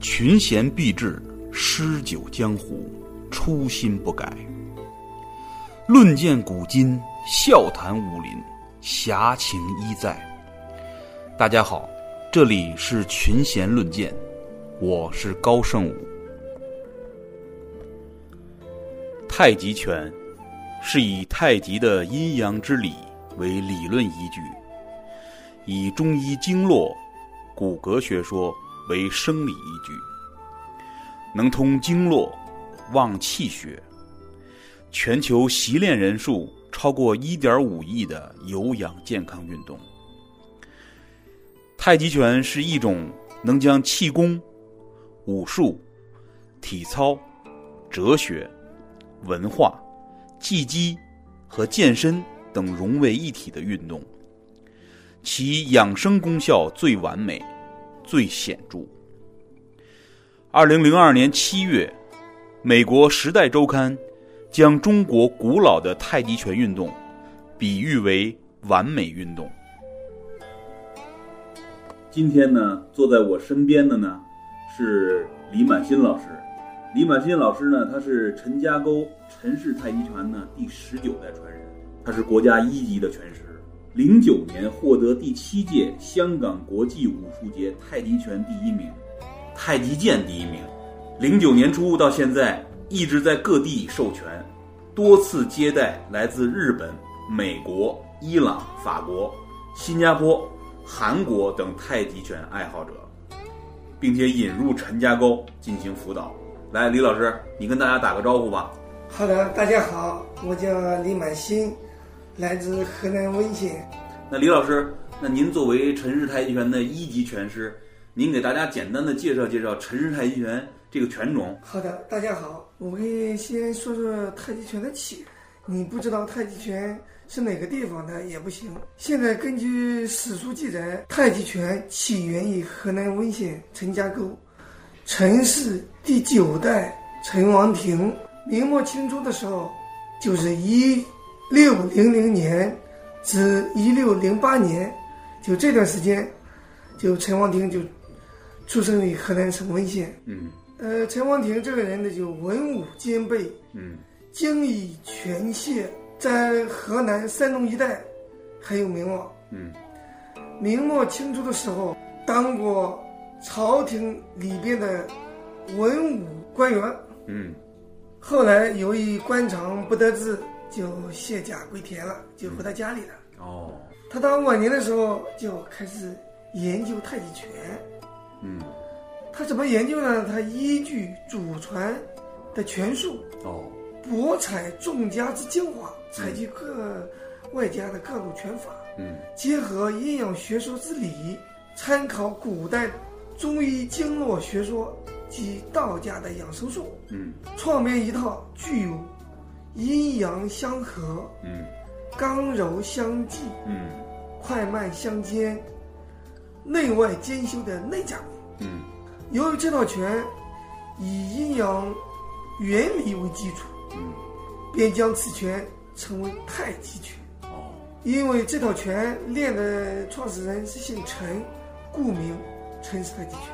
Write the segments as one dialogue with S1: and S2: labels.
S1: 群贤毕至，诗酒江湖，初心不改。论剑古今，笑谈武林，侠情依在。大家好，这里是群贤论剑，我是高胜武。太极拳是以太极的阴阳之理为理论依据，以中医经络、骨骼学说为生理依据，能通经络、旺气血。全球习练人数超过一点五亿的有氧健康运动。太极拳是一种能将气功、武术、体操、哲学、文化、技击和健身等融为一体的运动，其养生功效最完美、最显著。二零零二年七月，美国《时代周刊》将中国古老的太极拳运动比喻为完美运动。今天呢，坐在我身边的呢是李满新老师。李满新老师呢，他是陈家沟陈氏太极拳呢第十九代传人，他是国家一级的拳师。零九年获得第七届香港国际武术节太极拳第一名，太极剑第一名。零九年初到现在，一直在各地授权，多次接待来自日本、美国、伊朗、法国、新加坡、韩国等太极拳爱好者，并且引入陈家沟进行辅导。来，李老师，你跟大家打个招呼吧。
S2: 好的，大家好，我叫李满新，来自河南温县。
S1: 那李老师，那您作为陈氏太极拳的一级拳师，您给大家简单的介绍介绍陈氏太极拳这个拳种。
S2: 好的，大家好，我可以先说说太极拳的起源。你不知道太极拳是哪个地方的也不行。现在根据史书记载，太极拳起源于河南温县陈家沟，陈氏第九代陈王庭。明末清初的时候，就是一六零零年至一六零八年，就这段时间，就陈王庭就出生于河南省温县。
S1: 嗯
S2: 呃，陈王庭这个人呢，就文武兼备，
S1: 嗯
S2: 精以拳械，在河南、山东一带很有名望。
S1: 嗯
S2: 明末清初的时候，当过朝廷里边的文武官员，
S1: 嗯
S2: 后来由于官场不得志，就卸甲归田了，就回到家里了。
S1: 哦
S2: 他到晚年的时候，就开始研究太极拳。
S1: 嗯
S2: 他怎么研究呢？他依据祖传的拳术，
S1: 哦
S2: 博采众家之精华，采集各外家的各路拳法，
S1: 嗯
S2: 结合阴阳学说之理，参考古代中医经络学说及道家的养生术，
S1: 嗯
S2: 创编一套具有阴阳相合、
S1: 嗯
S2: 刚柔相济、
S1: 嗯
S2: 快慢相间、内外兼修的内家功。
S1: 嗯
S2: 由于这套拳以阴阳原理为基础，
S1: 嗯
S2: 便将此拳称为太极拳。
S1: 哦
S2: 因为这套拳练的创始人是姓陈，故名陈氏太极拳。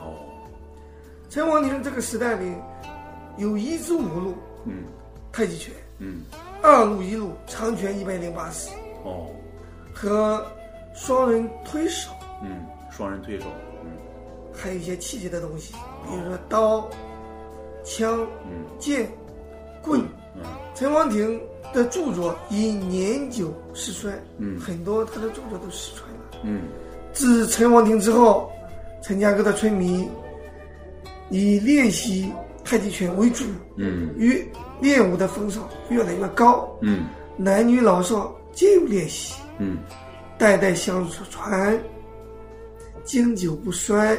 S1: 哦
S2: 陈王庭这个时代里，有一至五路
S1: 嗯
S2: 太极拳，
S1: 嗯
S2: 二路一路长拳一百零八式
S1: 哦
S2: 和双人推手，
S1: 嗯，双人推手。嗯
S2: 还有一些器械的东西，比如说刀、枪、
S1: 嗯
S2: 剑、棍。
S1: 嗯
S2: 陈王庭的著作因年久失衰，
S1: 嗯
S2: 很多他的著作都失传了。
S1: 嗯
S2: 自陈王庭之后，陈家沟的村民以练习太极拳为主，
S1: 嗯
S2: 与练武的风尚越来越高，
S1: 嗯
S2: 男女老少皆有练习，
S1: 嗯
S2: 代代相传，经久不衰。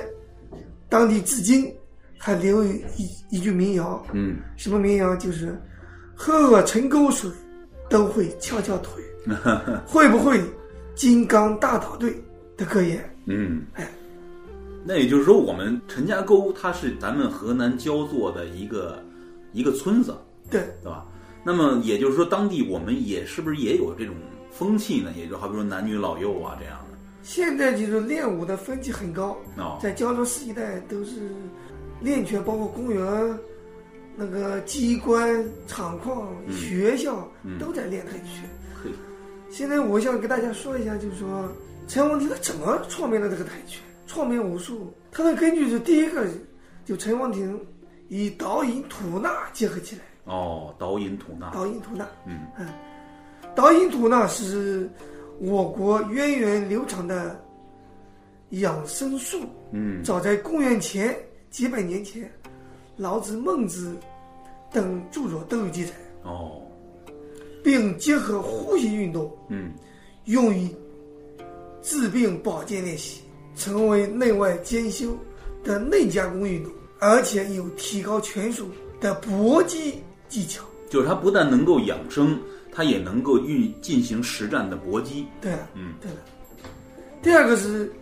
S2: 当地至今还留有一一句民谣，
S1: 嗯，
S2: 什么民谣？就是“喝喝陈沟水，都会翘翘腿”，会不会金刚大倒退的格言？
S1: 嗯
S2: 哎，
S1: 那也就是说，我们陈家沟它是咱们河南焦作的一个一个村子，
S2: 对。
S1: 对吧？那么也就是说，当地我们也是不是也有这种风气呢？也就好比说男女老幼啊这样的。
S2: 现在就是练武的分级很高，
S1: 哦，
S2: 在交流寺一带都是练拳，包括公园、那个机关、厂矿、
S1: 嗯
S2: 学校
S1: 嗯
S2: 都在练太极拳。
S1: 嘿，
S2: 现在我想给大家说一下，就是说陈文帝他怎么创办了这个太极拳，创办武术，他的根据是第一个，就陈王庭以导引吐纳结合起来，
S1: 哦，导引吐纳，
S2: 导引吐纳，
S1: 嗯，
S2: 导引吐纳是我国源远流长的养生术。
S1: 嗯，
S2: 早在公元前几百年前，老子、孟子等著作都有记载，
S1: 哦，
S2: 并结合呼吸运动，
S1: 嗯，
S2: 用于治病保健练习，成为内外兼修的内加工运动，而且有提高拳术的搏击技巧。
S1: 就是它不但能够养生，它也能够运进行实战的搏击。
S2: 对了，
S1: 嗯，
S2: 对了。啊第二个是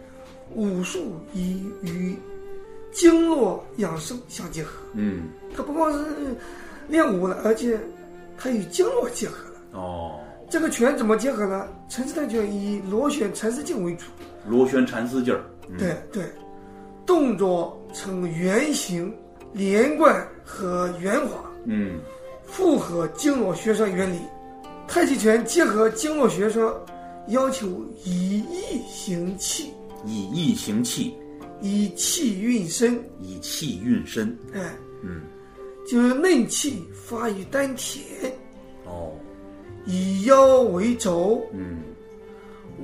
S2: 武术以与经络养生相结合。
S1: 嗯，
S2: 它不光是练武了，而且它与经络结合了。
S1: 哦，
S2: 这个拳怎么结合呢？陈氏泰拳以螺旋缠丝劲为主，
S1: 螺旋缠丝劲儿，嗯，
S2: 对对，动作呈圆形、连贯和圆滑，
S1: 嗯，
S2: 符合经络学说原理。太极拳结合经络学说，要求以意行气，
S1: 以意行气，
S2: 以气运身，
S1: 以气运身。
S2: 哎，
S1: 嗯，
S2: 就是内气发于丹田，
S1: 哦，
S2: 以腰为轴，
S1: 嗯，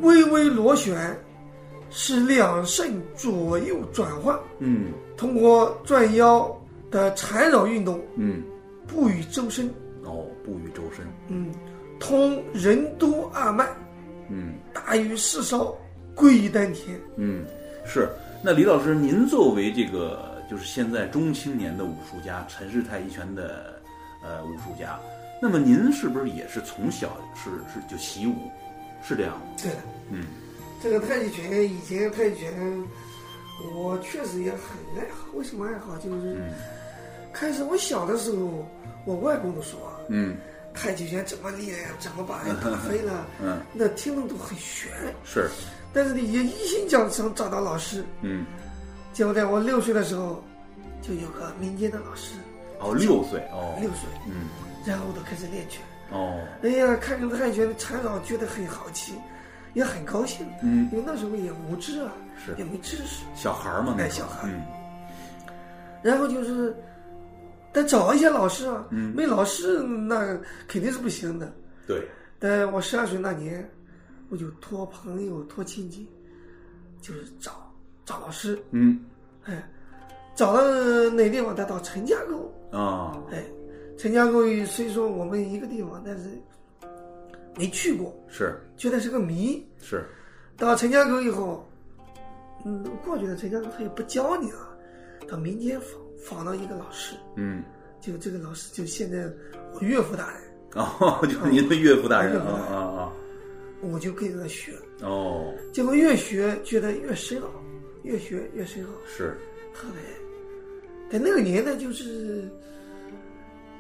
S2: 微微螺旋，使两肾左右转换，
S1: 嗯，
S2: 通过转腰的缠绕运动，
S1: 嗯，
S2: 不与周身，
S1: 哦，不与周身。
S2: 嗯，通任督二脉，
S1: 嗯
S2: 大于四梢，归于丹田。
S1: 嗯，是。那李老师，您作为这个就是现在中青年的武术家，陈氏太极拳的呃武术家，那么您是不是也是从小是是就习武，是这样吗？
S2: 对了，
S1: 嗯，
S2: 这个太极拳，以前太极拳，我确实也很爱好。为什么爱好？就是
S1: 嗯
S2: 开始我小的时候，我外公都说
S1: 嗯
S2: 太极拳怎么厉害啊，怎么把人打飞了，
S1: 嗯，
S2: 那听着都很悬。
S1: 是，
S2: 但是呢，也一心想想找到老师。
S1: 嗯，
S2: 结果在我六岁的时候，就有个民间的老师，
S1: 哦，六岁哦，
S2: 六岁，
S1: 嗯，
S2: 然后我就开始练拳。
S1: 哦，
S2: 哎呀，看着泰拳的缠绕，觉得很好奇，也很高兴。
S1: 嗯，
S2: 因为那时候也无知啊，
S1: 是
S2: 也没知识。
S1: 小孩儿嘛，那
S2: 哎
S1: 时候
S2: 小孩儿
S1: 嗯，
S2: 然后就是，但找一些老师啊，没老师那肯定是不行的。
S1: 对，
S2: 但我十二岁那年，我就托朋友、托亲戚，就是找找老师。
S1: 嗯
S2: 哎，找了哪地方？他到陈家沟。
S1: 啊，
S2: 哎，陈家沟虽说我们一个地方，但是没去过，
S1: 是
S2: 觉得是个谜。
S1: 是，
S2: 到陈家沟以后，嗯，过去的陈家沟他也不教你啊，到民间访访到一个老师，
S1: 嗯，
S2: 就这个老师就现在我岳父大人，
S1: 哦， 就是您的岳父大人
S2: 岳父
S1: 啊
S2: 大人
S1: 啊啊，
S2: 我就跟着他学，
S1: 哦，
S2: 结果越学觉得越深奥，越学越深奥。
S1: 是，
S2: 后来，在那个年代就是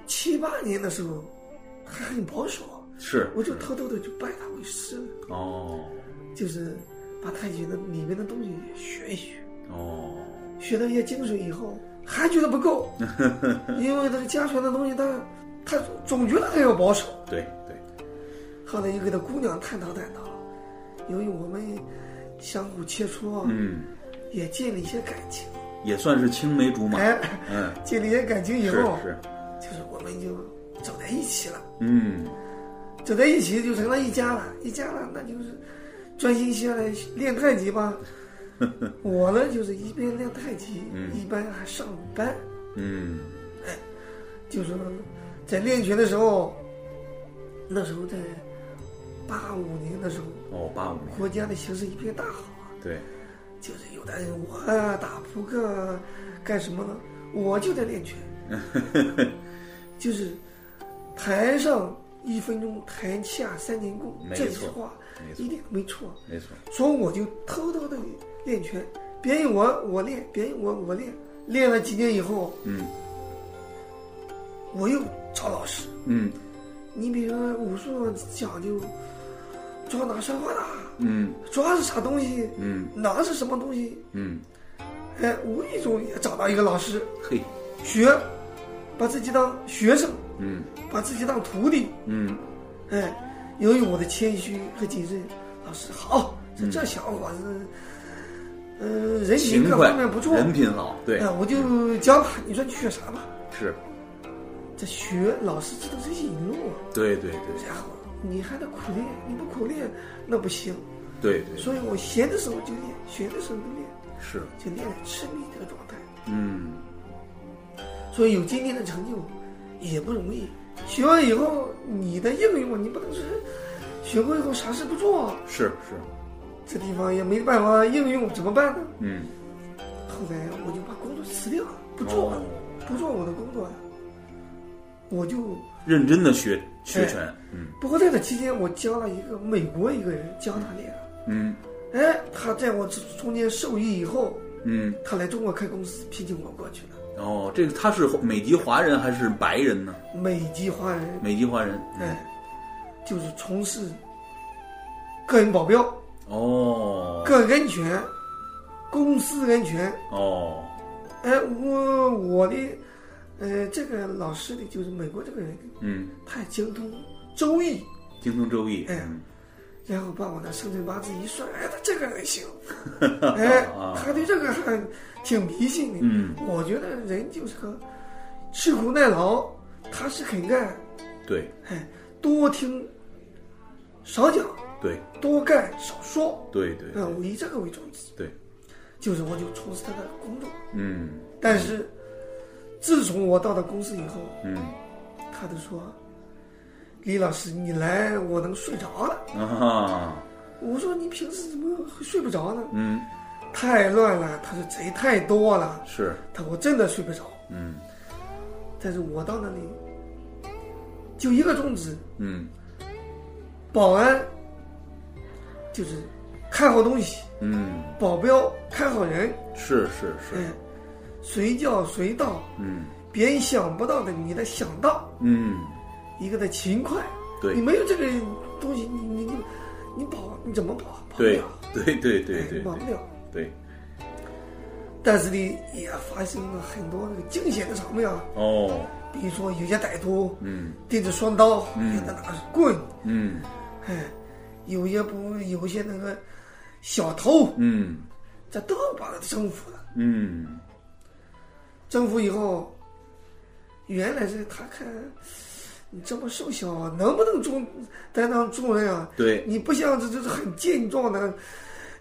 S2: 七八年的时候，还很保守，
S1: 是，
S2: 我就偷偷的就拜他为师了，
S1: 哦
S2: 就是把太极的里面的东西也学一学，
S1: 哦，
S2: 学到一些精髓以后，还觉得不够， 因为这个家传的东西他，他总觉得他要保守。
S1: 对对，
S2: 后来又跟他姑娘探讨探讨，由于我们相互切磋，
S1: 嗯，
S2: 也建立一些感情，
S1: 也算是青梅竹马，
S2: 哎，
S1: 嗯，
S2: 建立一些感情以
S1: 是
S2: 后，
S1: 是，
S2: 就是我们就走在一起了。
S1: 嗯
S2: 走在一起就成了一家了，一家了，那就是专心下来练太极吧。我呢，就是一边练太极，
S1: 嗯
S2: 一边还上班，
S1: 嗯，
S2: 就是在练拳的时候，那时候在八五年的时候，
S1: 哦，八五年，
S2: 国家的形势一片大好啊，
S1: 对，
S2: 就是有的人我啊打扑克啊干什么呢？我就在 练拳，就是台上一分钟，台下三年功，
S1: 没
S2: 这句
S1: 错
S2: 话
S1: 没错
S2: 一点没错。
S1: 没错，
S2: 所以我就偷偷的练拳，别人我我练，别人我我练，练了几年以后，
S1: 嗯
S2: 我又找老师。
S1: 嗯，
S2: 你比如说武术讲究抓拿摔花打，
S1: 嗯
S2: 抓是啥东西，
S1: 嗯
S2: 拿是什么东西。
S1: 嗯，
S2: 哎，无意中也找到一个老师，
S1: 嘿，
S2: 学，把自己当学生，
S1: 嗯
S2: 把自己当徒弟。
S1: 嗯
S2: 哎，由于我的谦虚和谨慎，老师好，这这小伙子，呃，人
S1: 嗯
S2: 品
S1: 勤
S2: 各
S1: 快
S2: 方面不，错。
S1: 人品好，对
S2: 哎，，我就教吧，你说你学啥吧？
S1: 是，
S2: 这学老师知道这些引路啊，
S1: 对对对
S2: 家伙，你还得苦练，你不苦练那不行。
S1: 对对，
S2: 所以我闲的时候就练，学的时候就练，
S1: 是，
S2: 就练得痴迷这个状态。
S1: 嗯
S2: 所以有今天的成就也不容易。学完以后，你的应用你不能是学过以后啥事不做，
S1: 是是，
S2: 这地方也没办法应用，怎么办呢？
S1: 嗯，
S2: 后来我就把工作辞掉，不做了，
S1: 哦
S2: 不做我的工作了，我就。
S1: 认真的学学拳，嗯
S2: 不过在这期间，我教了一个美国一个人教他练，
S1: 嗯
S2: 哎，他在我中间受益以后，
S1: 嗯，
S2: 他来中国开公司，聘请我过去了。
S1: 哦，这个他是美籍华人还是白人呢？
S2: 美籍华人，
S1: 美籍华人，嗯，
S2: 哎，就是从事个人保镖、
S1: 哦
S2: 个人安全、公司安全。
S1: 哦，
S2: 哎，我我的呃，这个老师的就是美国这个人，
S1: 嗯，
S2: 他也精通周易，
S1: 精通周易，
S2: 哎
S1: 嗯
S2: 然后把我的生辰八字一算，哎，他这个 人行，哎，他对这个还挺迷信的。
S1: 嗯，
S2: 我觉得人就是个吃苦耐劳，踏实肯干，
S1: 对
S2: 哎，多听少讲，
S1: 对
S2: 多干少说。
S1: 对对
S2: 啊，我以这个为宗旨，
S1: 对，
S2: 就是我就从事他的工作。
S1: 嗯
S2: 但是，自从我到了公司以后，
S1: 嗯
S2: 他都说：“李老师，你来我能睡着了。
S1: 啊”
S2: 我说：“你平时怎么会睡不着呢？”
S1: 嗯
S2: 太乱了，他说贼太多了，
S1: 是
S2: 他说我真的睡不着。
S1: 嗯
S2: 但是我到那里就一个宗旨，
S1: 嗯
S2: 保安就是看好东西，
S1: 嗯
S2: 保镖看好人，
S1: 是是是
S2: 哎，随叫随到，
S1: 嗯
S2: 别人想不到的你得想到，
S1: 嗯
S2: 一个的勤快，
S1: 对
S2: 你没有这个东西，你你你你保你怎么保？保不
S1: 对
S2: 了，
S1: 对对对
S2: 哎
S1: 对
S2: 保不
S1: 对
S2: 了。
S1: 对
S2: 但是呢，也发生了很多那个惊险的场面啊，
S1: 哦
S2: 比如说有些歹徒
S1: 嗯
S2: 拎着双刀，有的拿着棍，
S1: 嗯
S2: 哎，有些不有些那个小偷，
S1: 嗯
S2: 这都把他征服了。
S1: 嗯
S2: 征服以后，原来是他看你这么瘦小，能不能中担当重任啊？
S1: 对
S2: 你不像这就是很健壮的，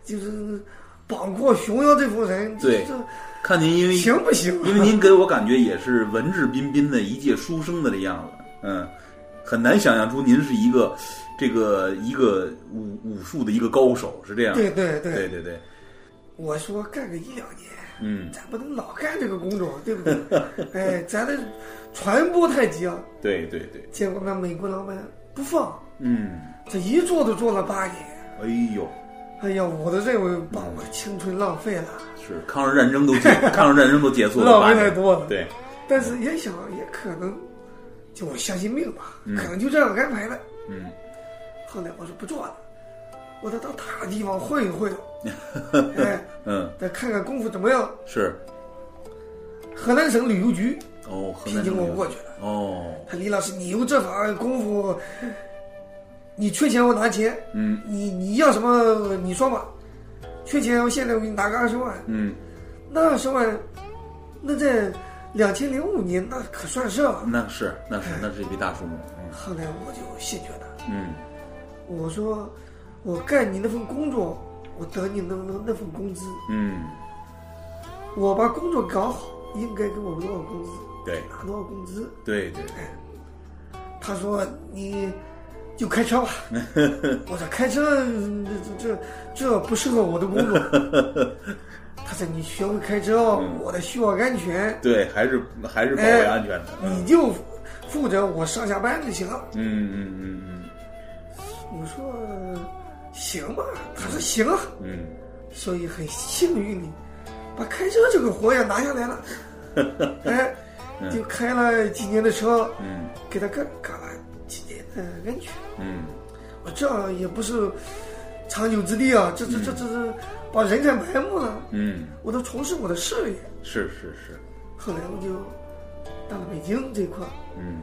S2: 就是膀阔雄腰这副人，这
S1: 对
S2: 这
S1: 看您因为
S2: 行不行、啊？
S1: 因为您给我感觉也是文质彬彬的一介书生的这样子，嗯，很难想象出您是一个这个一个武武术的一个高手，是这样。
S2: 对对对，
S1: 对对对，
S2: 我说干个一两年，
S1: 嗯，
S2: 咱不能老干这个工种，对 不对？哎，咱的传播太急了。
S1: 对对对，
S2: 结果呢，美国老板不放，
S1: 嗯，
S2: 这一做就做了八年。
S1: 哎呦，
S2: 哎呀，我都认为把我青春浪费了，
S1: 是抗日战争都结， 抗日战争都结束了
S2: 浪
S1: 吧
S2: 费？太多了。
S1: 对，
S2: 但是也想，也可能，就我相信命吧，
S1: 嗯
S2: 可能就这样安排的。
S1: 嗯，
S2: 后来我说不做了，我得到大地方混一混， 哎，
S1: 嗯，
S2: 再看看功夫怎么样。
S1: 是，
S2: 河南省旅游局
S1: 哦，河
S2: 聘
S1: 南
S2: 请
S1: 省
S2: 我
S1: 有
S2: 过去了，
S1: 哦，
S2: 他李老师，你有这法功夫，你缺钱我拿钱，
S1: 嗯
S2: 你你要什么你说吧，缺钱我现在我给你拿个二十万，
S1: 嗯，
S2: 那二十万，那在两千零五年那可算是了。
S1: 那是那是那是一笔大数目，嗯
S2: 后来我就谢绝他，
S1: 嗯，
S2: 我说我干你那份工作，我得你那那那份工资，
S1: 嗯，
S2: 我把工作搞好，应该给我多少工资，
S1: 对
S2: 拿多少工资。
S1: 对对，
S2: 他说你就开车吧，我说开车嗯这这这不适合我的工作。他说你学会开车哦，我的需要安全，
S1: 对，还是还是保
S2: 哎
S1: 卫安全的，嗯
S2: 你就负责我上下班就行了。
S1: 嗯嗯嗯
S2: 我说行吧，他说行啊，
S1: 嗯嗯，
S2: 所以很幸运的把开车这个活也拿下来了。哎，就开了几年的车，
S1: 嗯
S2: 给他干干了几年的安全。
S1: 嗯
S2: 我这也不是长久之地啊！这这这这这，把人才埋没了。
S1: 嗯，
S2: 我都从事我的事业。
S1: 是是是，
S2: 后来我就到了北京这一块，
S1: 嗯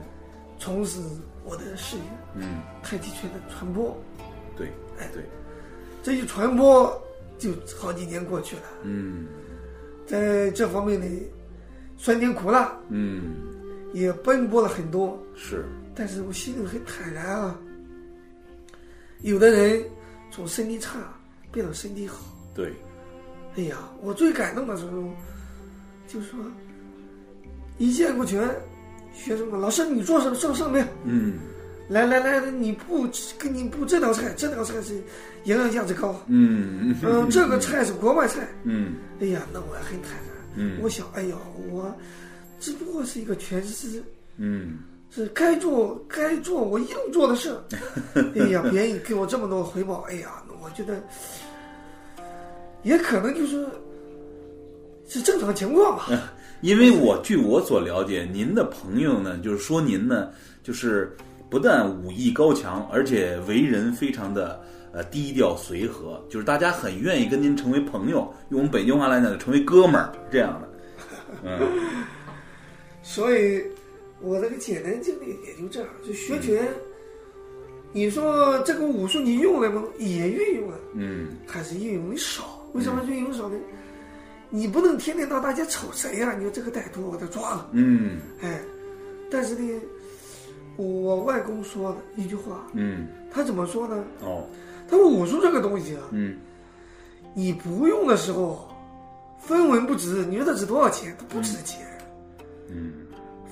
S2: 从事我的事业，
S1: 嗯，
S2: 太极拳的传播。
S1: 对对，
S2: 这一传播，就好几年过去了，
S1: 嗯
S2: 在这方面的酸甜苦辣
S1: 嗯
S2: 也奔波了很多。
S1: 是，
S2: 但是我心里很坦然啊。有的人从身体差变到身体好，
S1: 对，
S2: 哎呀，我最感动的时候，就是说，一见过拳，学生们，老师你做什么上上面？
S1: 嗯
S2: 来来来，你不跟你不这道菜，这道菜是营养价值高，
S1: 嗯
S2: 嗯，这个菜是国外菜，
S1: 嗯
S2: 哎呀，那我很坦然，
S1: 嗯
S2: 我想，哎呀，我只不过是一个全师
S1: 嗯
S2: 是该做该做我应做的事儿。哎呀，别人给我这么多回报，哎呀，我觉得也可能就是是正常情况吧。
S1: 因为我据我所了解，您的朋友呢，就是说您呢，就是不但武艺高强，而且为人非常的呃低调随和，就是大家很愿意跟您成为朋友，用我们北京话来讲，就成为哥们儿这样的。嗯
S2: 所以，我这个简单经历也就这样，就学拳。你说这个武术你用了吗？也运用了，
S1: 嗯
S2: 还是运用的少。为什么运用少呢？你不能天天到大街瞅谁呀、你说这个歹徒我得抓了，
S1: 嗯
S2: 哎，但是呢，我外公说的一句话，
S1: 嗯，
S2: 他怎么说呢？
S1: 哦，
S2: 他说武术这个东西啊，
S1: 嗯
S2: 你不用的时候，分文不值。你说它值多少钱？它不值钱。
S1: 嗯，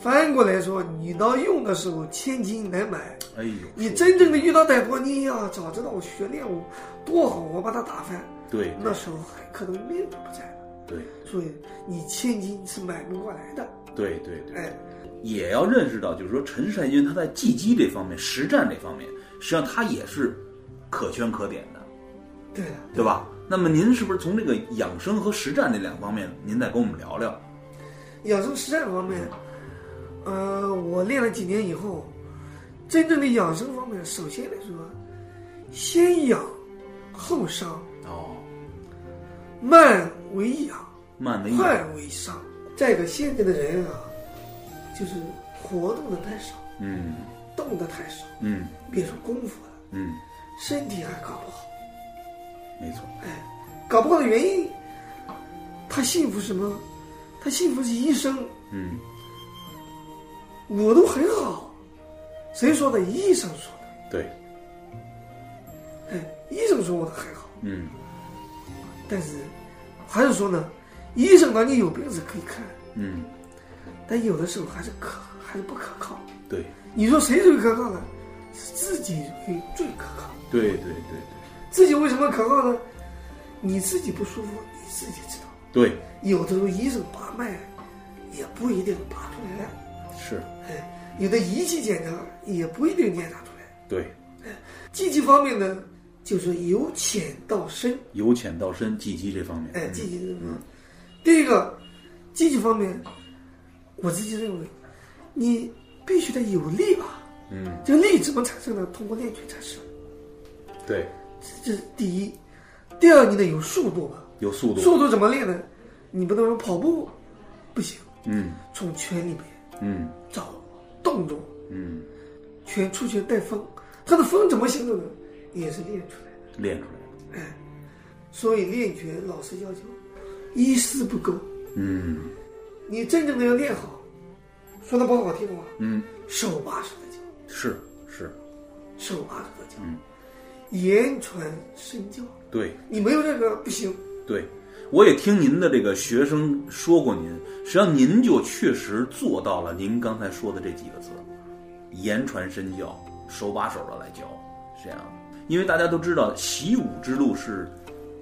S2: 翻过来说，你到用的时候，千金难买。
S1: 哎呦，
S2: 你真正的遇到歹徒，你呀，早知道我学练武多好，我把他打翻，
S1: 对
S2: 那时候很可能命都不在了。
S1: 对
S2: 所以你千金是买不过来的。
S1: 对对对，
S2: 哎，
S1: 也要认识到，就是说陈帅军他在技击这方面、实战这方面，实际上他也是可圈可点的。
S2: 对了，
S1: 对吧？那么您是不是从这个养生和实战这两方面，您再跟我们聊聊？
S2: 养生实战方面，呃，我练了几年以后，真正的养生方面，首先来说，先养后伤，
S1: 哦，
S2: 慢为养，
S1: 慢为养，
S2: 快为伤。再一个，现在的人啊，就是活动的太少，
S1: 嗯
S2: 动的太少，
S1: 嗯
S2: 别说功夫了，
S1: 嗯，
S2: 身体还搞不好。
S1: 没错，
S2: 哎，搞不好的原因，他信服什么？他信服是医生，
S1: 嗯
S2: 我都很好，谁说的？医生说的。
S1: 对，
S2: 哎，医生说我的还好，
S1: 嗯
S2: 但是还是说呢，医生当你有病是可以看，
S1: 嗯
S2: 但有的时候还是可还是不可靠。
S1: 对
S2: 你说谁最可靠呢？是自己最最可靠。
S1: 对对对对
S2: 自己为什么可靠呢？你自己不舒服，你自己知道。
S1: 对，
S2: 有的时候医生把脉也不一定拔出来，
S1: 是，
S2: 哎，有的仪器检查也不一定检查出来。
S1: 对，
S2: 技技方面呢，就是由浅到深，
S1: 由浅到深，技击这方面，
S2: 哎，积
S1: 嗯
S2: 极的方面。第一个，积极方面，我自己认为，你必须得有力吧。
S1: 嗯，
S2: 这个力怎么产生呢？通过练拳产生，
S1: 对，
S2: 这是第一。第二，你得有速度吧。
S1: 有速度，
S2: 速度怎么练呢？你不能说跑步不行，
S1: 嗯
S2: 从拳里面
S1: 嗯
S2: 找动作，
S1: 嗯，
S2: 拳出拳带风，它的风怎么形成的？也是练出来的。
S1: 练出来，
S2: 哎，所以练拳老师要求一丝不苟。
S1: 嗯
S2: 你真正的要练好，说的不好听的话，
S1: 嗯，
S2: 手把手的教，
S1: 是是，
S2: 手把手的教，
S1: 嗯
S2: 言传身教。
S1: 对。
S2: 你没有这个不行。
S1: 对，我也听您的这个学生说过您，实际上您就确实做到了您刚才说的这几个字，言传身教，手把手的来教，是这样的。因为大家都知道，习武之路是，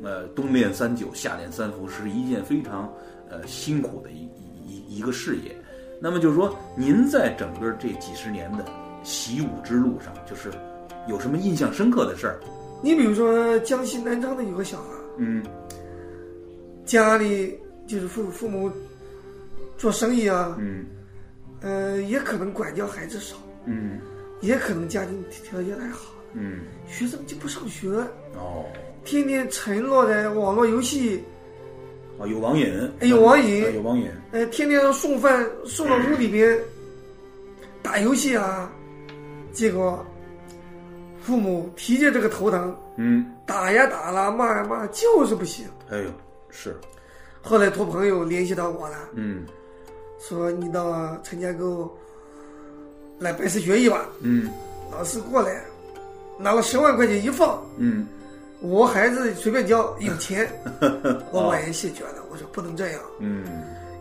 S1: 呃，冬练三九，夏练三伏，是一件非常呃辛苦的一一一一个事业。那么就是说，您在整个这几十年的习武之路上，就是有什么印象深刻的事儿？
S2: 你比如说江西南昌的有个小孩，
S1: 嗯
S2: 家里就是父父母做生意啊，
S1: 嗯
S2: 呃，也可能管教孩子少，
S1: 嗯
S2: 也可能家庭条件太好了，
S1: 嗯，
S2: 学生就不上学，
S1: 哦，
S2: 天天沉落在网络游戏，
S1: 啊，有网瘾，
S2: 哎有网瘾
S1: 啊有网瘾，
S2: 呃，天天送饭送到屋里边打游戏啊，结果父母提着这个头疼，
S1: 嗯，
S2: 打呀打啦，骂呀骂，就是不行。
S1: 哎呦，是，
S2: 后来托朋友联系到我了，
S1: 嗯
S2: 说你到陈家沟来拜师学艺吧。
S1: 嗯
S2: 老师过来，拿了十万块钱一放，
S1: 嗯，
S2: 我孩子随便教，有钱。我婉言谢绝了，我说不能这样，
S1: 嗯，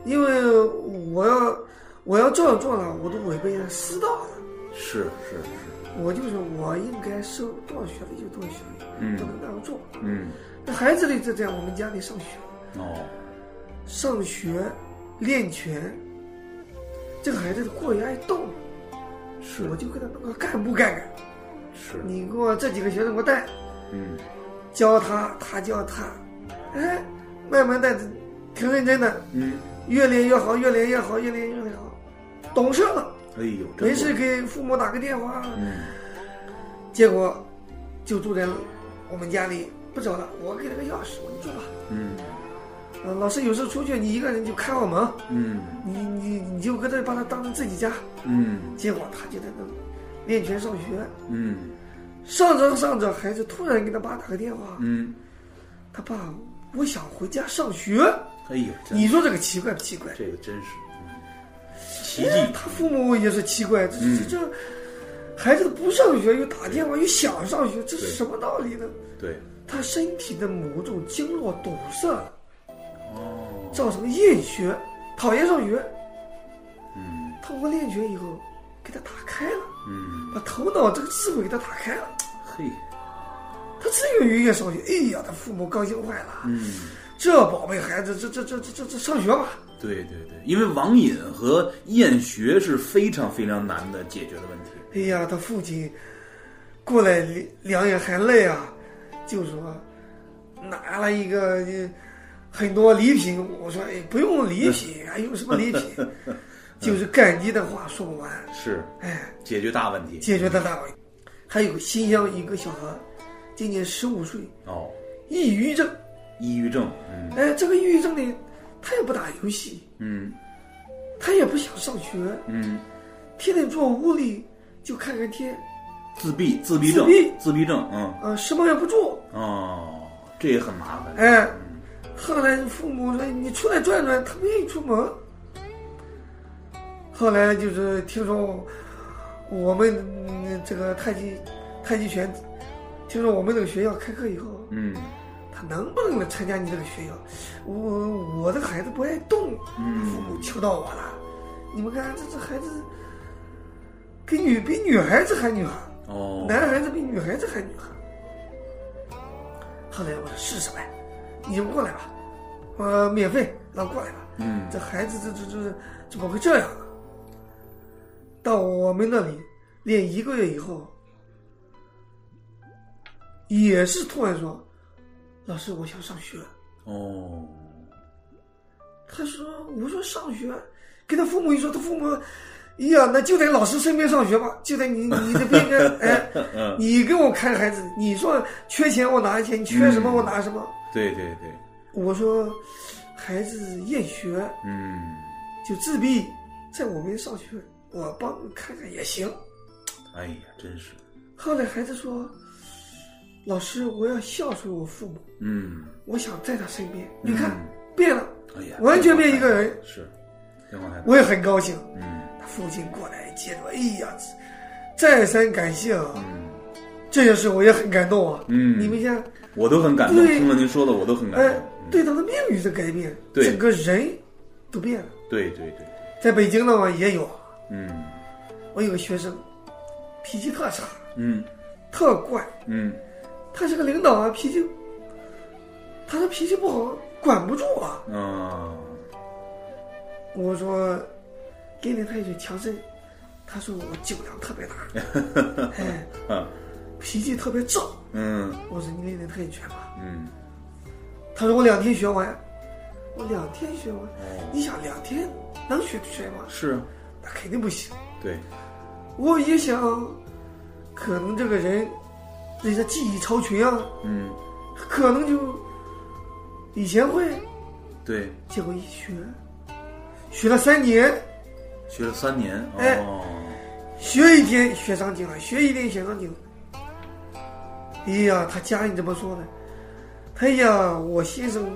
S2: 因为我要我要这样做了，我都违背了师道了。
S1: 是是是，
S2: 我就是我应该收多少学费就多少学费，
S1: 嗯
S2: 不能那样做。
S1: 嗯，
S2: 那孩子里就在我们家里上学，
S1: 哦，
S2: 上学练拳，这个孩子过于爱动，
S1: 是
S2: 我就跟他弄个干部干干。
S1: 是，
S2: 你给我这几个学生给我带，
S1: 嗯
S2: 教他，他教他，哎，慢慢的，挺认真的，
S1: 嗯，
S2: 越练越好，越练越好，越练越好，懂事了。
S1: 哎呦，真
S2: 没
S1: 不
S2: 事
S1: 错，
S2: 给父母打个电话，
S1: 嗯
S2: 结果就住在我们家里不走了，我给了个钥匙，我说你住吧。
S1: 嗯
S2: 呃，老师有时候出去，你一个人就看好门，
S1: 嗯
S2: 你你你就跟这把他当成自己家。
S1: 嗯
S2: 结果他就在那里练拳上学，
S1: 嗯
S2: 上着上着，孩子突然给他爸打个电话，
S1: 嗯，
S2: 他爸，我想回家上学。
S1: 哎呦，真
S2: 你说这个奇怪不奇怪？哎
S1: 这个真是嗯奇迹，嗯
S2: 他父母也是奇怪，这这这孩子不上学又打电话又想上学，这是
S1: 对
S2: 什么道理呢？
S1: 对，
S2: 他身体的某种经络堵塞了，
S1: 哦，
S2: 造成厌学，讨厌上学。
S1: 嗯
S2: 通过练拳以后，给他打开了，
S1: 嗯，
S2: 把头脑这个智慧给他打开了。
S1: 嘿，
S2: 他自由愉悦上学，哎呀，他父母高兴坏了。
S1: 嗯。
S2: 这宝贝孩子，这这这这这这上学吧，
S1: 对对对，因为网瘾和厌学是非常非常难的解决的问题。
S2: 哎呀，他父亲过来两两眼含泪啊，就说拿了一个呃很多礼品。我说哎，不用礼品，还用什么礼品？就是感激的话说不完。
S1: 是
S2: 哎，
S1: 解决大问题。
S2: 解决的大问题。还有新疆一个小孩，今年十五岁，
S1: 哦，
S2: 抑郁症。
S1: 抑郁症，嗯
S2: 哎，这个抑郁症呢，他也不打游戏，
S1: 嗯
S2: 他也不想上学，
S1: 嗯，
S2: 天天坐屋里就看看天，
S1: 自闭自闭症
S2: 自闭，
S1: 自闭症，嗯
S2: 啊、什么也不做。
S1: 哦，这也很麻烦。
S2: 哎，后来父母说你出来转转，他不愿意出门。后来就是听说我们、嗯这个太极太极拳，听说我们这个学校开课以后，
S1: 嗯
S2: 他能不能来参加你这个学校？我我这个孩子不爱动，父
S1: 嗯
S2: 母求到我了。你们看这这孩子，跟女比女孩子还女孩，
S1: 哦，
S2: 男孩子比女孩子还女孩。后来我说试试呗，你就过来吧，呃，免费，让过来吧。
S1: 嗯
S2: 这孩子这这这怎么会这样啊？到我们那里练一个月以后，也是突然说：“老师，我想上学。
S1: 哦，”
S2: 他说：“我说上学。”跟他父母一说，他父母，哎呀，那就在老师身边上学吧，就在你你的边边，
S1: 呃
S2: 哎，你给我看孩子，你说缺钱我拿钱，你缺什么
S1: 嗯
S2: 我拿什么。
S1: 对对对，
S2: 我说，孩子厌学，
S1: 嗯，
S2: 就自闭，在我们上学，我帮看看也行。
S1: 哎呀，真是，
S2: 后来孩子说：“老师，我要孝顺我父母，
S1: 嗯，
S2: 我想在他身边。你看
S1: 嗯，
S2: 变了，
S1: 哎呀，
S2: 完全变一个人
S1: 是，天皇太子，
S2: 我也很高兴。
S1: 嗯
S2: 他父亲过来接着，哎呀，再三感谢啊！
S1: 嗯，
S2: 这件事我也很感动啊。
S1: 嗯
S2: 你们像，
S1: 我都很感动，
S2: 对
S1: 听了您说的，我都很感
S2: 哎
S1: 动。，嗯
S2: 对他的命运的改变，
S1: 对
S2: 整个人都变了。
S1: 对对对，
S2: 在北京的话也有，
S1: 嗯
S2: 我有个学生，脾气特差，
S1: 嗯
S2: 特怪，
S1: 嗯，
S2: 他是个领导啊，脾气，他的脾气不好，管不住啊。
S1: 啊，
S2: 我说给你他一拳强身，他说我酒量特别大，哎，
S1: 啊
S2: 脾气特别躁。
S1: 嗯
S2: 我说你练练太极拳吧。
S1: 嗯，
S2: 他说我两天学完，我两天学完，
S1: 哦，
S2: 你想两天能学学吗？
S1: 是啊，
S2: 那肯定不行。
S1: 对，
S2: 我也想，可能这个人人家技艺超群啊，
S1: 嗯，
S2: 可能就以前会，
S1: 对，
S2: 结果一学，学了三年，
S1: 学了三年
S2: 哎
S1: 哦，
S2: 学一天学上劲了，学一天学上劲了。哎呀，他家人怎么说呢？哎呀，我先生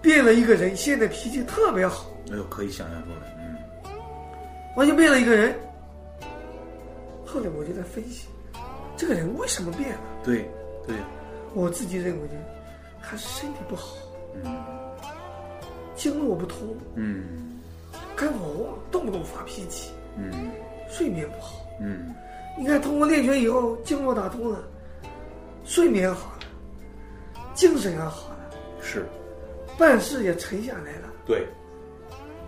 S2: 变了一个人，现在脾气特别好。
S1: 哎呦，可以想象出来，嗯，
S2: 完全变了一个人。后来我就在分析，这个人为什么变了？
S1: 对对，
S2: 我自己认为呢，还是身体不好，
S1: 嗯
S2: 经络不通，
S1: 嗯
S2: 肝火旺，动不动发脾气，
S1: 嗯
S2: 睡眠不好。
S1: 嗯，
S2: 你看，通过练拳以后，经络打通了，睡眠好了，精神也好了，
S1: 是，
S2: 办事也沉下来了，
S1: 对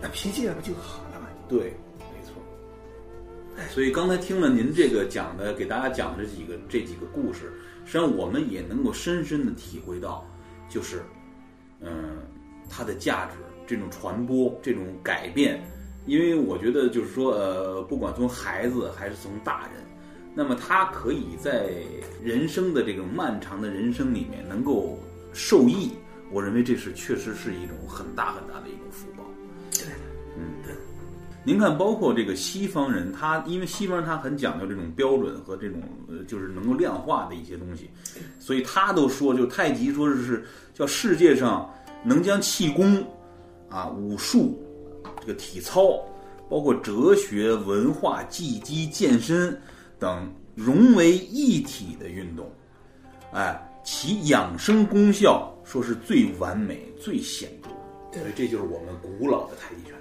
S2: 那脾气也不就好了吗？
S1: 对，没错。所以刚才听了您这个讲的，给大家讲的这几个这几个故事，实际上我们也能够深深的体会到，就是，嗯，它的价值，这种传播，这种改变，因为我觉得就是说，呃，不管从孩子还是从大人，那么他可以在人生的这种漫长的人生里面能够受益，我认为这是确实是一种很大很大的一种福报。
S2: 对的，
S1: 您看，包括这个西方人，他因为西方人他很讲究这种标准和这种呃，就是能够量化的一些东西，所以他都说，就太极说是是叫世界上能将气功啊、武术、啊这个体操，包括哲学、文化、技击、健身等融为一体的运动，哎，其养生功效说是最完美、最显著，
S2: 对
S1: 所以这就是我们古老的太极拳。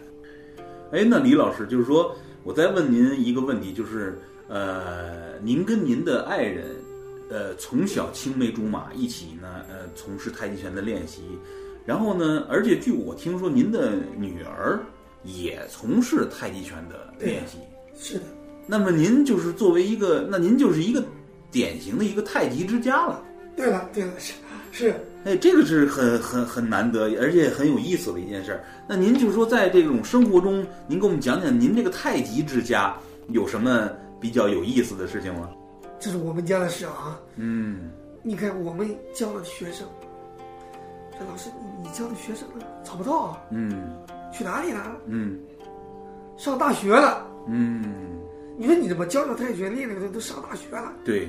S1: 哎，那李老师就是说，我再问您一个问题，就是呃，您跟您的爱人，呃，从小青梅竹马一起呢，呃，从事太极拳的练习，然后呢，而且据我听说，您的女儿也从事太极拳的练习。
S2: 是的，
S1: 那么您就是作为一个，那您就是一个典型的一个太极之家了。
S2: 对了，对了，是是。
S1: 哎，这个是很很很难得，而且很有意思的一件事儿。那您就是说，在这种生活中，您给我们讲讲您这个太极之家有什么比较有意思的事情吗？
S2: 这是我们家的事啊。
S1: 嗯，
S2: 你看，我们教的学生，说老师，你教的学生呢找不到啊，
S1: 嗯
S2: 去哪里了？
S1: 嗯
S2: 上大学了。
S1: 嗯，
S2: 你说你怎么教教太极拳练那个都都上大学了，
S1: 对，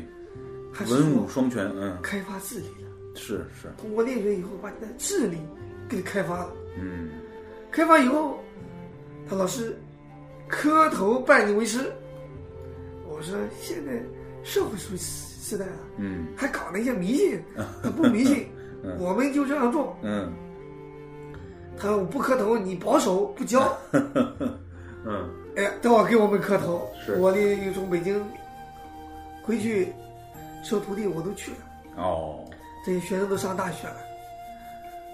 S2: 还是
S1: 文
S2: 说
S1: 武双全，嗯，
S2: 开发智力了？
S1: 是是，
S2: 通过练拳以后，把你的智力给开发了。
S1: 嗯，
S2: 开发以后，他老师磕头拜你为师。我说现在社会时时代了，
S1: 嗯
S2: 还搞那些迷信，不迷信， 我们就这样做。
S1: 嗯
S2: 他说我不磕头，你保守不教。
S1: 嗯，
S2: 哎，等会儿给我们磕头。
S1: 是
S2: 我呢从北京回去收徒弟，我都去了，
S1: 哦，
S2: 这些学生都上大学了。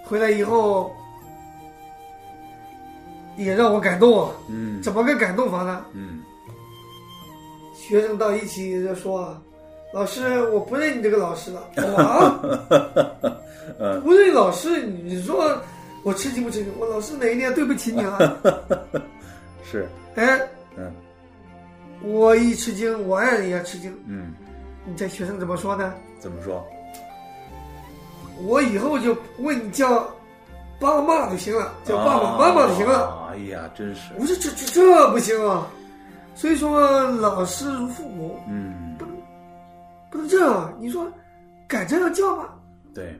S2: 回来以后也让我感动啊！
S1: 嗯
S2: 怎么个感动法呢？
S1: 嗯
S2: 学生到一起就说啊：“老师，我不认你这个老师了。”我啊，
S1: 嗯
S2: 不认老师，你说我吃惊不吃惊？我老师哪一年对不起 你了？
S1: 是，
S2: 哎，
S1: 嗯
S2: 我一吃惊，我爱人也吃惊。
S1: 嗯，
S2: 你这学生怎么说呢？
S1: 怎么说？
S2: 我以后就问你叫爸妈就行了，叫爸爸妈妈就行了。
S1: 啊。哎呀，真是，
S2: 我说这这这不行啊！所以说老师如父母，
S1: 嗯，
S2: 不能这样啊。你说敢这样叫吗？
S1: 对，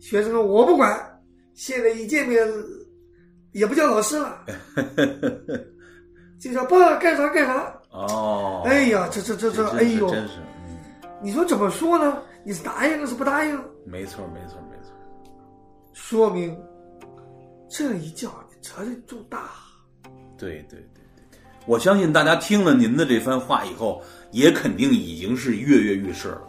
S2: 学生说我不管，现在一见面也不叫老师 了，就叫爸干啥干啥。
S1: 哦，
S2: 哎呀，这这这这，哎
S1: 真是
S2: 呦，
S1: 真是，嗯，
S2: 你说怎么说呢？你是答应是不答应？
S1: 没错，没错，没错，
S2: 说明这一叫你责任重大。啊
S1: 对对对对，我相信大家听了您的这番话以后，也肯定已经是跃跃欲试了。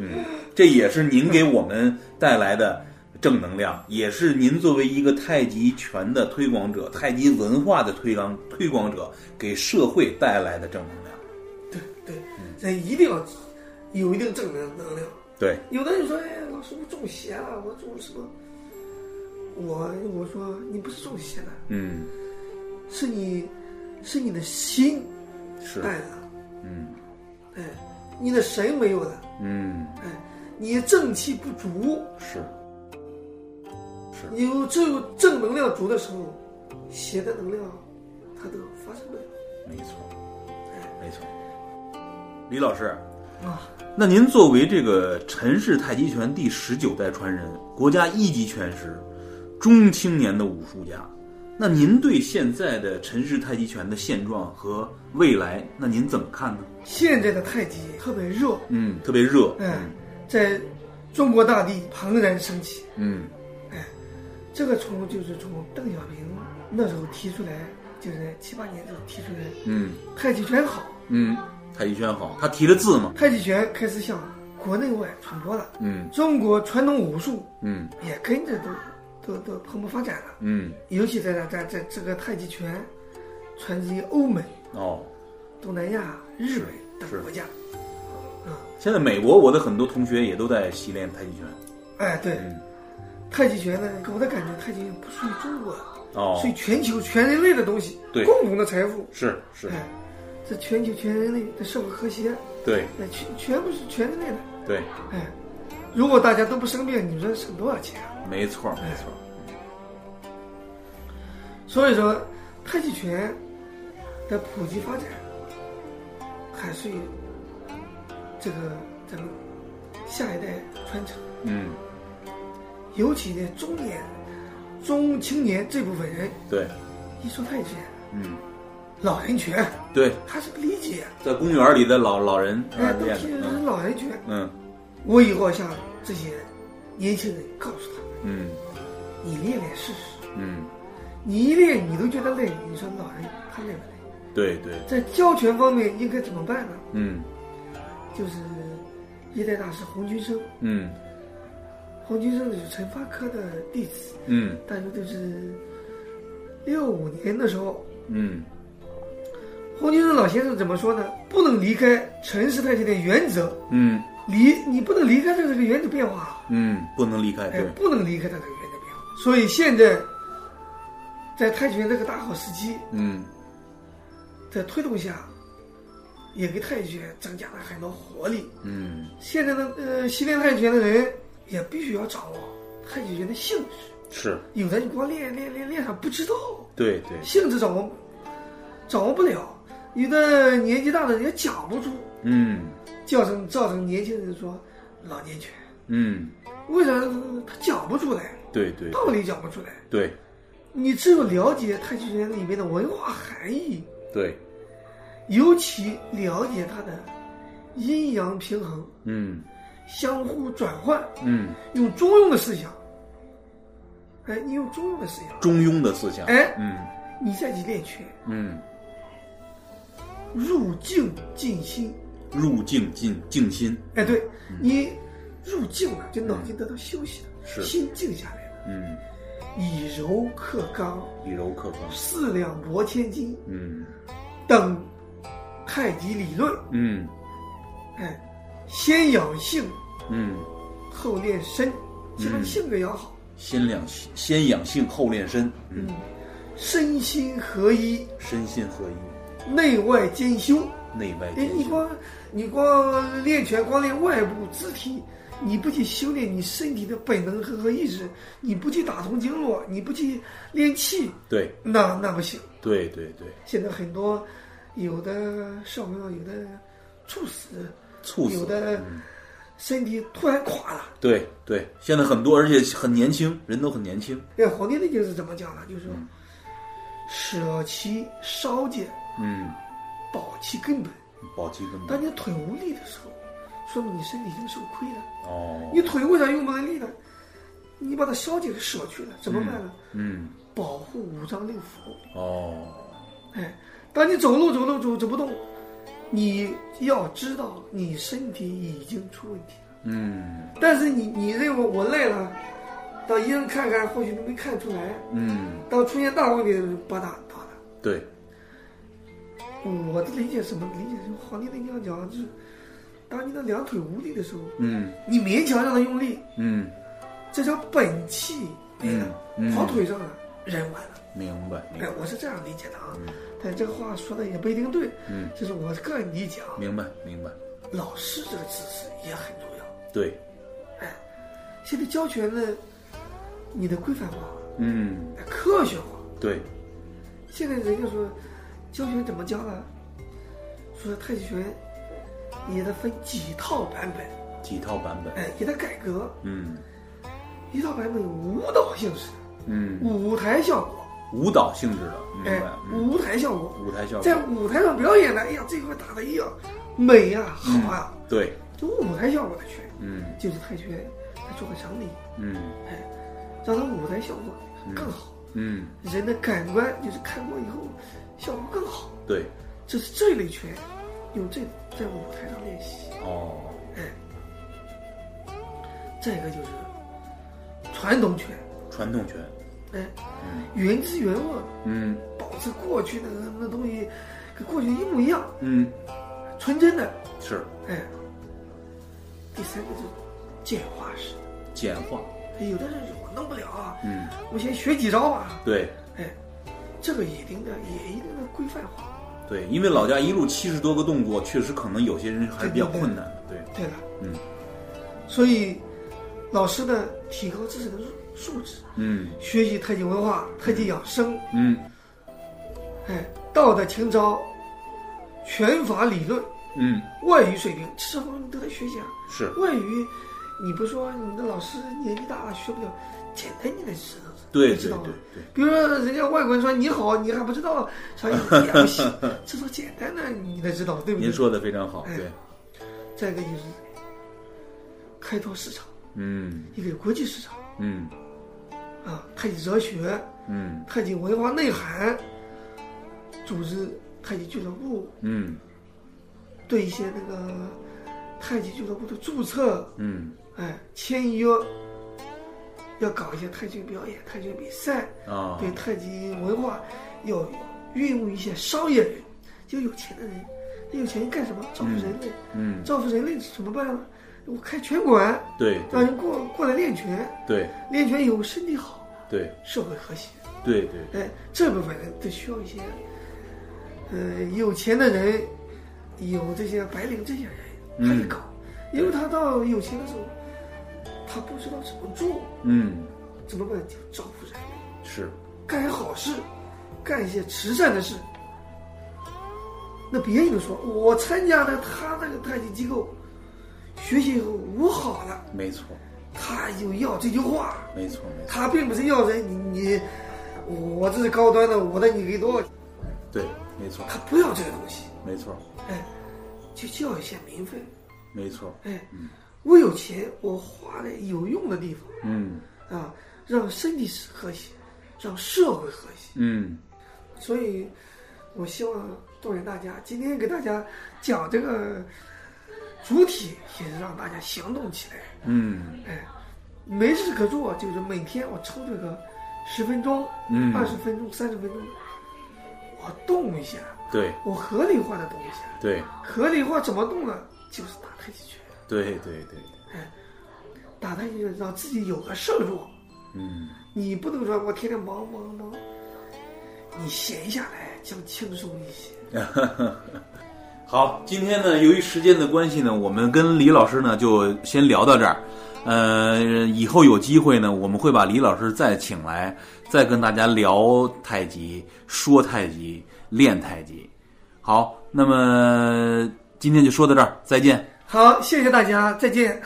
S1: 嗯，这也是您给我们带来的正能量，也是您作为一个太极拳的推广者、太极文化的推广推广者，给社会带来的正能量。
S2: 对对，人一定要有一定正能能量。
S1: 对，
S2: 有的人说，哎，老师我中邪了，我中什么？我我说你不是中邪了，
S1: 嗯，
S2: 是你是你的心
S1: 是，
S2: 带的。
S1: 嗯，
S2: 哎，你的神没有了，
S1: 嗯，
S2: 哎，你正气不足，
S1: 是，是，
S2: 你有只有正能量足的时候，邪的能量它都发生不了。
S1: 没错，没错。李老师，
S2: 啊，
S1: 那您作为这个陈氏太极拳第十九代传人，国家一级拳师，中青年的武术家，那您对现在的陈氏太极拳的现状和未来，那您怎么看呢？
S2: 现在的太极特别热，
S1: 嗯，特别热，
S2: 哎，在中国大地庞然升起。
S1: 嗯
S2: 这个从就是从邓小平那时候提出来，就是七八年的时候提出来，
S1: 嗯
S2: 太极拳好，
S1: 嗯，太极拳好，他提了字嘛，
S2: 太极拳开始向国内外传播了，
S1: 嗯
S2: 中国传统武术
S1: 嗯
S2: 也跟着都都都蓬勃发展了，
S1: 嗯，
S2: 尤其在在在这个太极拳传进欧美、
S1: 哦。
S2: 东南亚、日本等国家，嗯
S1: 现在美国，我的很多同学也都在习练太极拳。
S2: 哎，对，
S1: 嗯，
S2: 太极拳呢，给我的感觉，太极拳不属于中国了，
S1: 哦
S2: 属于，全球全人类的东西，
S1: 对
S2: 共同的财富，
S1: 是是，
S2: 哎，这全球全人类的社会和谐。
S1: 对
S2: 那全全部是全人类的，
S1: 对，
S2: 哎，如果大家都不生病，你说省多少钱啊？
S1: 没错没错。
S2: 所以说，太极拳的普及发展还是有这个咱们下一代传承，
S1: 嗯，
S2: 尤其呢中年、中青年这部分人
S1: 对，
S2: 一说太极拳、
S1: 嗯
S2: 老人拳，
S1: 对，
S2: 他是个理解，
S1: 在公园里的老老人
S2: 哎，
S1: 啊
S2: 都
S1: 练
S2: 听
S1: 的，
S2: 着是
S1: 嗯
S2: 老人拳。
S1: 嗯
S2: 我以后向这些年轻人告诉他们，
S1: 嗯
S2: 你练练试试。
S1: 嗯，
S2: 你一练你都觉得累，你说老人他累不累？
S1: 对对，
S2: 在教拳方面应该怎么办呢？
S1: 嗯
S2: 就是一代大师洪军生，
S1: 嗯
S2: 洪军生是陈发科的弟子，
S1: 嗯
S2: 大约都是六五年的时候。
S1: 嗯，
S2: 洪军生老先生怎么说呢？不能离开陈氏太极的原则，
S1: 嗯
S2: 离你不能离开这个原则变化，啊
S1: 嗯，不能离开，
S2: 哎
S1: 对，，
S2: 不能离开它这个原则变化。所以现在在太极拳这个大好时机，
S1: 嗯
S2: 在推动下，也给太极拳增加了很多活力。
S1: 嗯
S2: 现在的呃，习练太极拳的人也必须要掌握太极拳的性质。
S1: 是，
S2: 有的你光练练练练上不知道
S1: 对对，
S2: 性质，掌握掌握不了。有的年纪大的人也讲不出，
S1: 嗯
S2: 造成造成年轻人说老年拳，
S1: 嗯，
S2: 为啥他讲不出来？
S1: 对对
S2: 道理讲不出来。
S1: 对
S2: 你只有了解太极拳里面的文化含义，
S1: 对，
S2: 尤其了解它的阴阳平衡、
S1: 嗯
S2: 相互转换，
S1: 嗯，
S2: 用中庸的思想，哎，你用中庸的思想，
S1: 中庸的思想，
S2: 哎
S1: 嗯
S2: 你再去练拳，
S1: 嗯，
S2: 入静静心，
S1: 入静静静心，
S2: 哎，对你入静了，就脑筋得到休息了，
S1: 是
S2: 心静下来了，
S1: 嗯，
S2: 以柔克刚，
S1: 以柔克刚，
S2: 四两拨千斤
S1: 嗯
S2: 等太极理论，
S1: 嗯
S2: 哎，先养性，
S1: 嗯，
S2: 后练身，先把性格养好，
S1: 先养先养性后练身，嗯，
S2: 身心合一，
S1: 身心合一。
S2: 内外兼修。
S1: 内外
S2: 哎，
S1: 兼
S2: 你
S1: 修。
S2: 光你光练拳，光练外部肢体，你不去修炼你身体的本能和和意志，你不去打通经络，你不去练气，
S1: 对
S2: 那那不行。
S1: 对对对，
S2: 现在很多有的小朋友有的猝死，
S1: 猝死。嗯
S2: 有的身体突然垮了。
S1: 对对，现在很多，而且很年轻，人都很年轻。
S2: 那《黄哎帝内经》是怎么讲的？就是说，舍其稍见，
S1: 嗯，
S2: 保其根本。
S1: 保其根
S2: 当
S1: 本。
S2: 你腿无力的时候，说明你身体已经受亏了。
S1: 哦，
S2: 你腿为啥用不了力呢？你把它消解舍去了，怎么办呢？
S1: 嗯，
S2: 保护五脏六腑。
S1: 哦，
S2: 哎，当你走路走路走走不动，你要知道你身体已经出问题了。
S1: 嗯
S2: 但是你你认为我累了，到医院看看，或许没看出来。
S1: 嗯，
S2: 当出现大问题的时候，把它打了。
S1: 对，
S2: 嗯我的理解是什么理解是《黄帝内经》讲，就是当你的两腿无力的时候，
S1: 嗯
S2: 你勉强让它用力，
S1: 嗯，
S2: 这叫本气没了，
S1: 嗯嗯
S2: 跑腿上了，人完了。
S1: 明白明
S2: 哎
S1: 白，
S2: 我是这样理解的啊，但这个话说的也不一定对，
S1: 嗯
S2: 这是我个人理解啊。
S1: 明白明白。
S2: 老师这个知识也很重要。哎
S1: 对，
S2: 现在教学呢，你得规范化，
S1: 嗯，
S2: 哎科学化。
S1: 对，
S2: 现在人家说教学怎么教呢？说太极拳，也得分几套版本，
S1: 几套版本，
S2: 哎，也得改革。
S1: 嗯
S2: 一套版本有舞蹈性质，
S1: 嗯，
S2: 舞台效果，
S1: 舞蹈性质的，明
S2: 哎
S1: 白？，嗯
S2: 舞台效果，
S1: 舞台效
S2: 在
S1: 果，
S2: 舞台上表演呢，哎呀，这个打的哎呀，美呀、好啊，
S1: 嗯对，
S2: 就舞台效果的拳，
S1: 嗯
S2: 就是泰拳，它做个整理，
S1: 嗯
S2: 哎，让它舞台效果更好，
S1: 嗯，
S2: 人的感官就是看过以后效果更好，
S1: 对，
S2: 这是这类拳，用这在舞台上练习，
S1: 哦，
S2: 哎，再一个就是传统拳，
S1: 传统拳，
S2: 哎，
S1: 嗯
S2: 原汁原味。
S1: 嗯
S2: 保持过去那个那东西跟过去一模一样，
S1: 嗯，
S2: 纯真的。
S1: 是
S2: 哎，第三个就是简化式。
S1: 简化，
S2: 哎有的人说我弄不了啊，
S1: 嗯，
S2: 我先学几招吧。
S1: 对
S2: 哎，这个一定的也一定的规范化。
S1: 对，因为老家一路七十多个动作，确实可能有些人还是比较困难的，对，
S2: 对了，
S1: 嗯
S2: 所以老师呢，提高自身的素素质，
S1: 嗯
S2: 学习太极文化、太极养生，
S1: 嗯
S2: 哎，道德情操、拳法理论、
S1: 嗯，
S2: 外语水平，这方面你都得学习啊。
S1: 是
S2: 外语，你不说你的老师年纪大了学不了，简单你得知道，
S1: 对
S2: 得知
S1: 对
S2: 道
S1: 对
S2: 了。
S1: 对，
S2: 比如说人家外国人说你好，你还不知道啥意思，也不行。 这种简单的你得知道，对不对？
S1: 您说的非常好，对，
S2: 再一个就是开拓市场，
S1: 嗯
S2: 一个国际市场
S1: 嗯
S2: 啊，太极哲学、
S1: 嗯
S2: 太极文化内涵，组织太极俱乐部，
S1: 嗯
S2: 对一些那个太极俱乐部的注册，
S1: 嗯
S2: 哎，签约，要搞一些太极表演、太极比赛，
S1: 啊，
S2: 对太极文化要运用一些商业人，就有钱的人，那有钱人干什么？造福人类，
S1: 嗯
S2: 造福人类怎么办呢？我开拳馆，
S1: 对
S2: 让人过过来练拳，
S1: 对
S2: 练拳以后身体好，
S1: 对
S2: 社会和谐。
S1: 对对，
S2: 哎，这部分人都需要一些，呃，有钱的人，有这些白领这些人，他去搞，因为他到有钱的时候，他不知道怎么做，
S1: 嗯
S2: 怎么办就造福人类，
S1: 是
S2: 干好事，干一些慈善的事。那别人说，我参加了他那个太极机构，学习以后我好了，
S1: 没错
S2: 他就要这句话，
S1: 没错没错，
S2: 他并不是要人你你，我这是高端的，我的你给多少钱？
S1: 对没错
S2: 他不要这个东西，
S1: 没错
S2: 哎，就叫一些名分，
S1: 没错，
S2: 哎，我有钱，我花在有用的地方
S1: 嗯
S2: 啊，让身体和谐，让社会和谐。
S1: 嗯
S2: 所以，我希望动员大家，今天给大家讲这个主体，也是让大家行动起来。
S1: 嗯
S2: 哎，没事可做，就是每天我抽这个十分钟、
S1: 嗯
S2: 二十分钟、三十分钟，我动一下，
S1: 对
S2: 我合理化的动一下。
S1: 对
S2: 合理化怎么动呢？就是打太极拳，哎
S1: 对对对，
S2: 打太极拳让自己有个事儿做。
S1: 嗯
S2: 你不能说我天天忙忙忙，你闲下来将轻松一些。
S1: 好，今天呢，由于时间的关系呢，我们跟李老师呢就先聊到这儿。呃，以后有机会呢，我们会把李老师再请来，再跟大家聊太极、说太极、练太极。好，那么今天就说到这儿，再见。
S2: 好，谢谢大家，再见。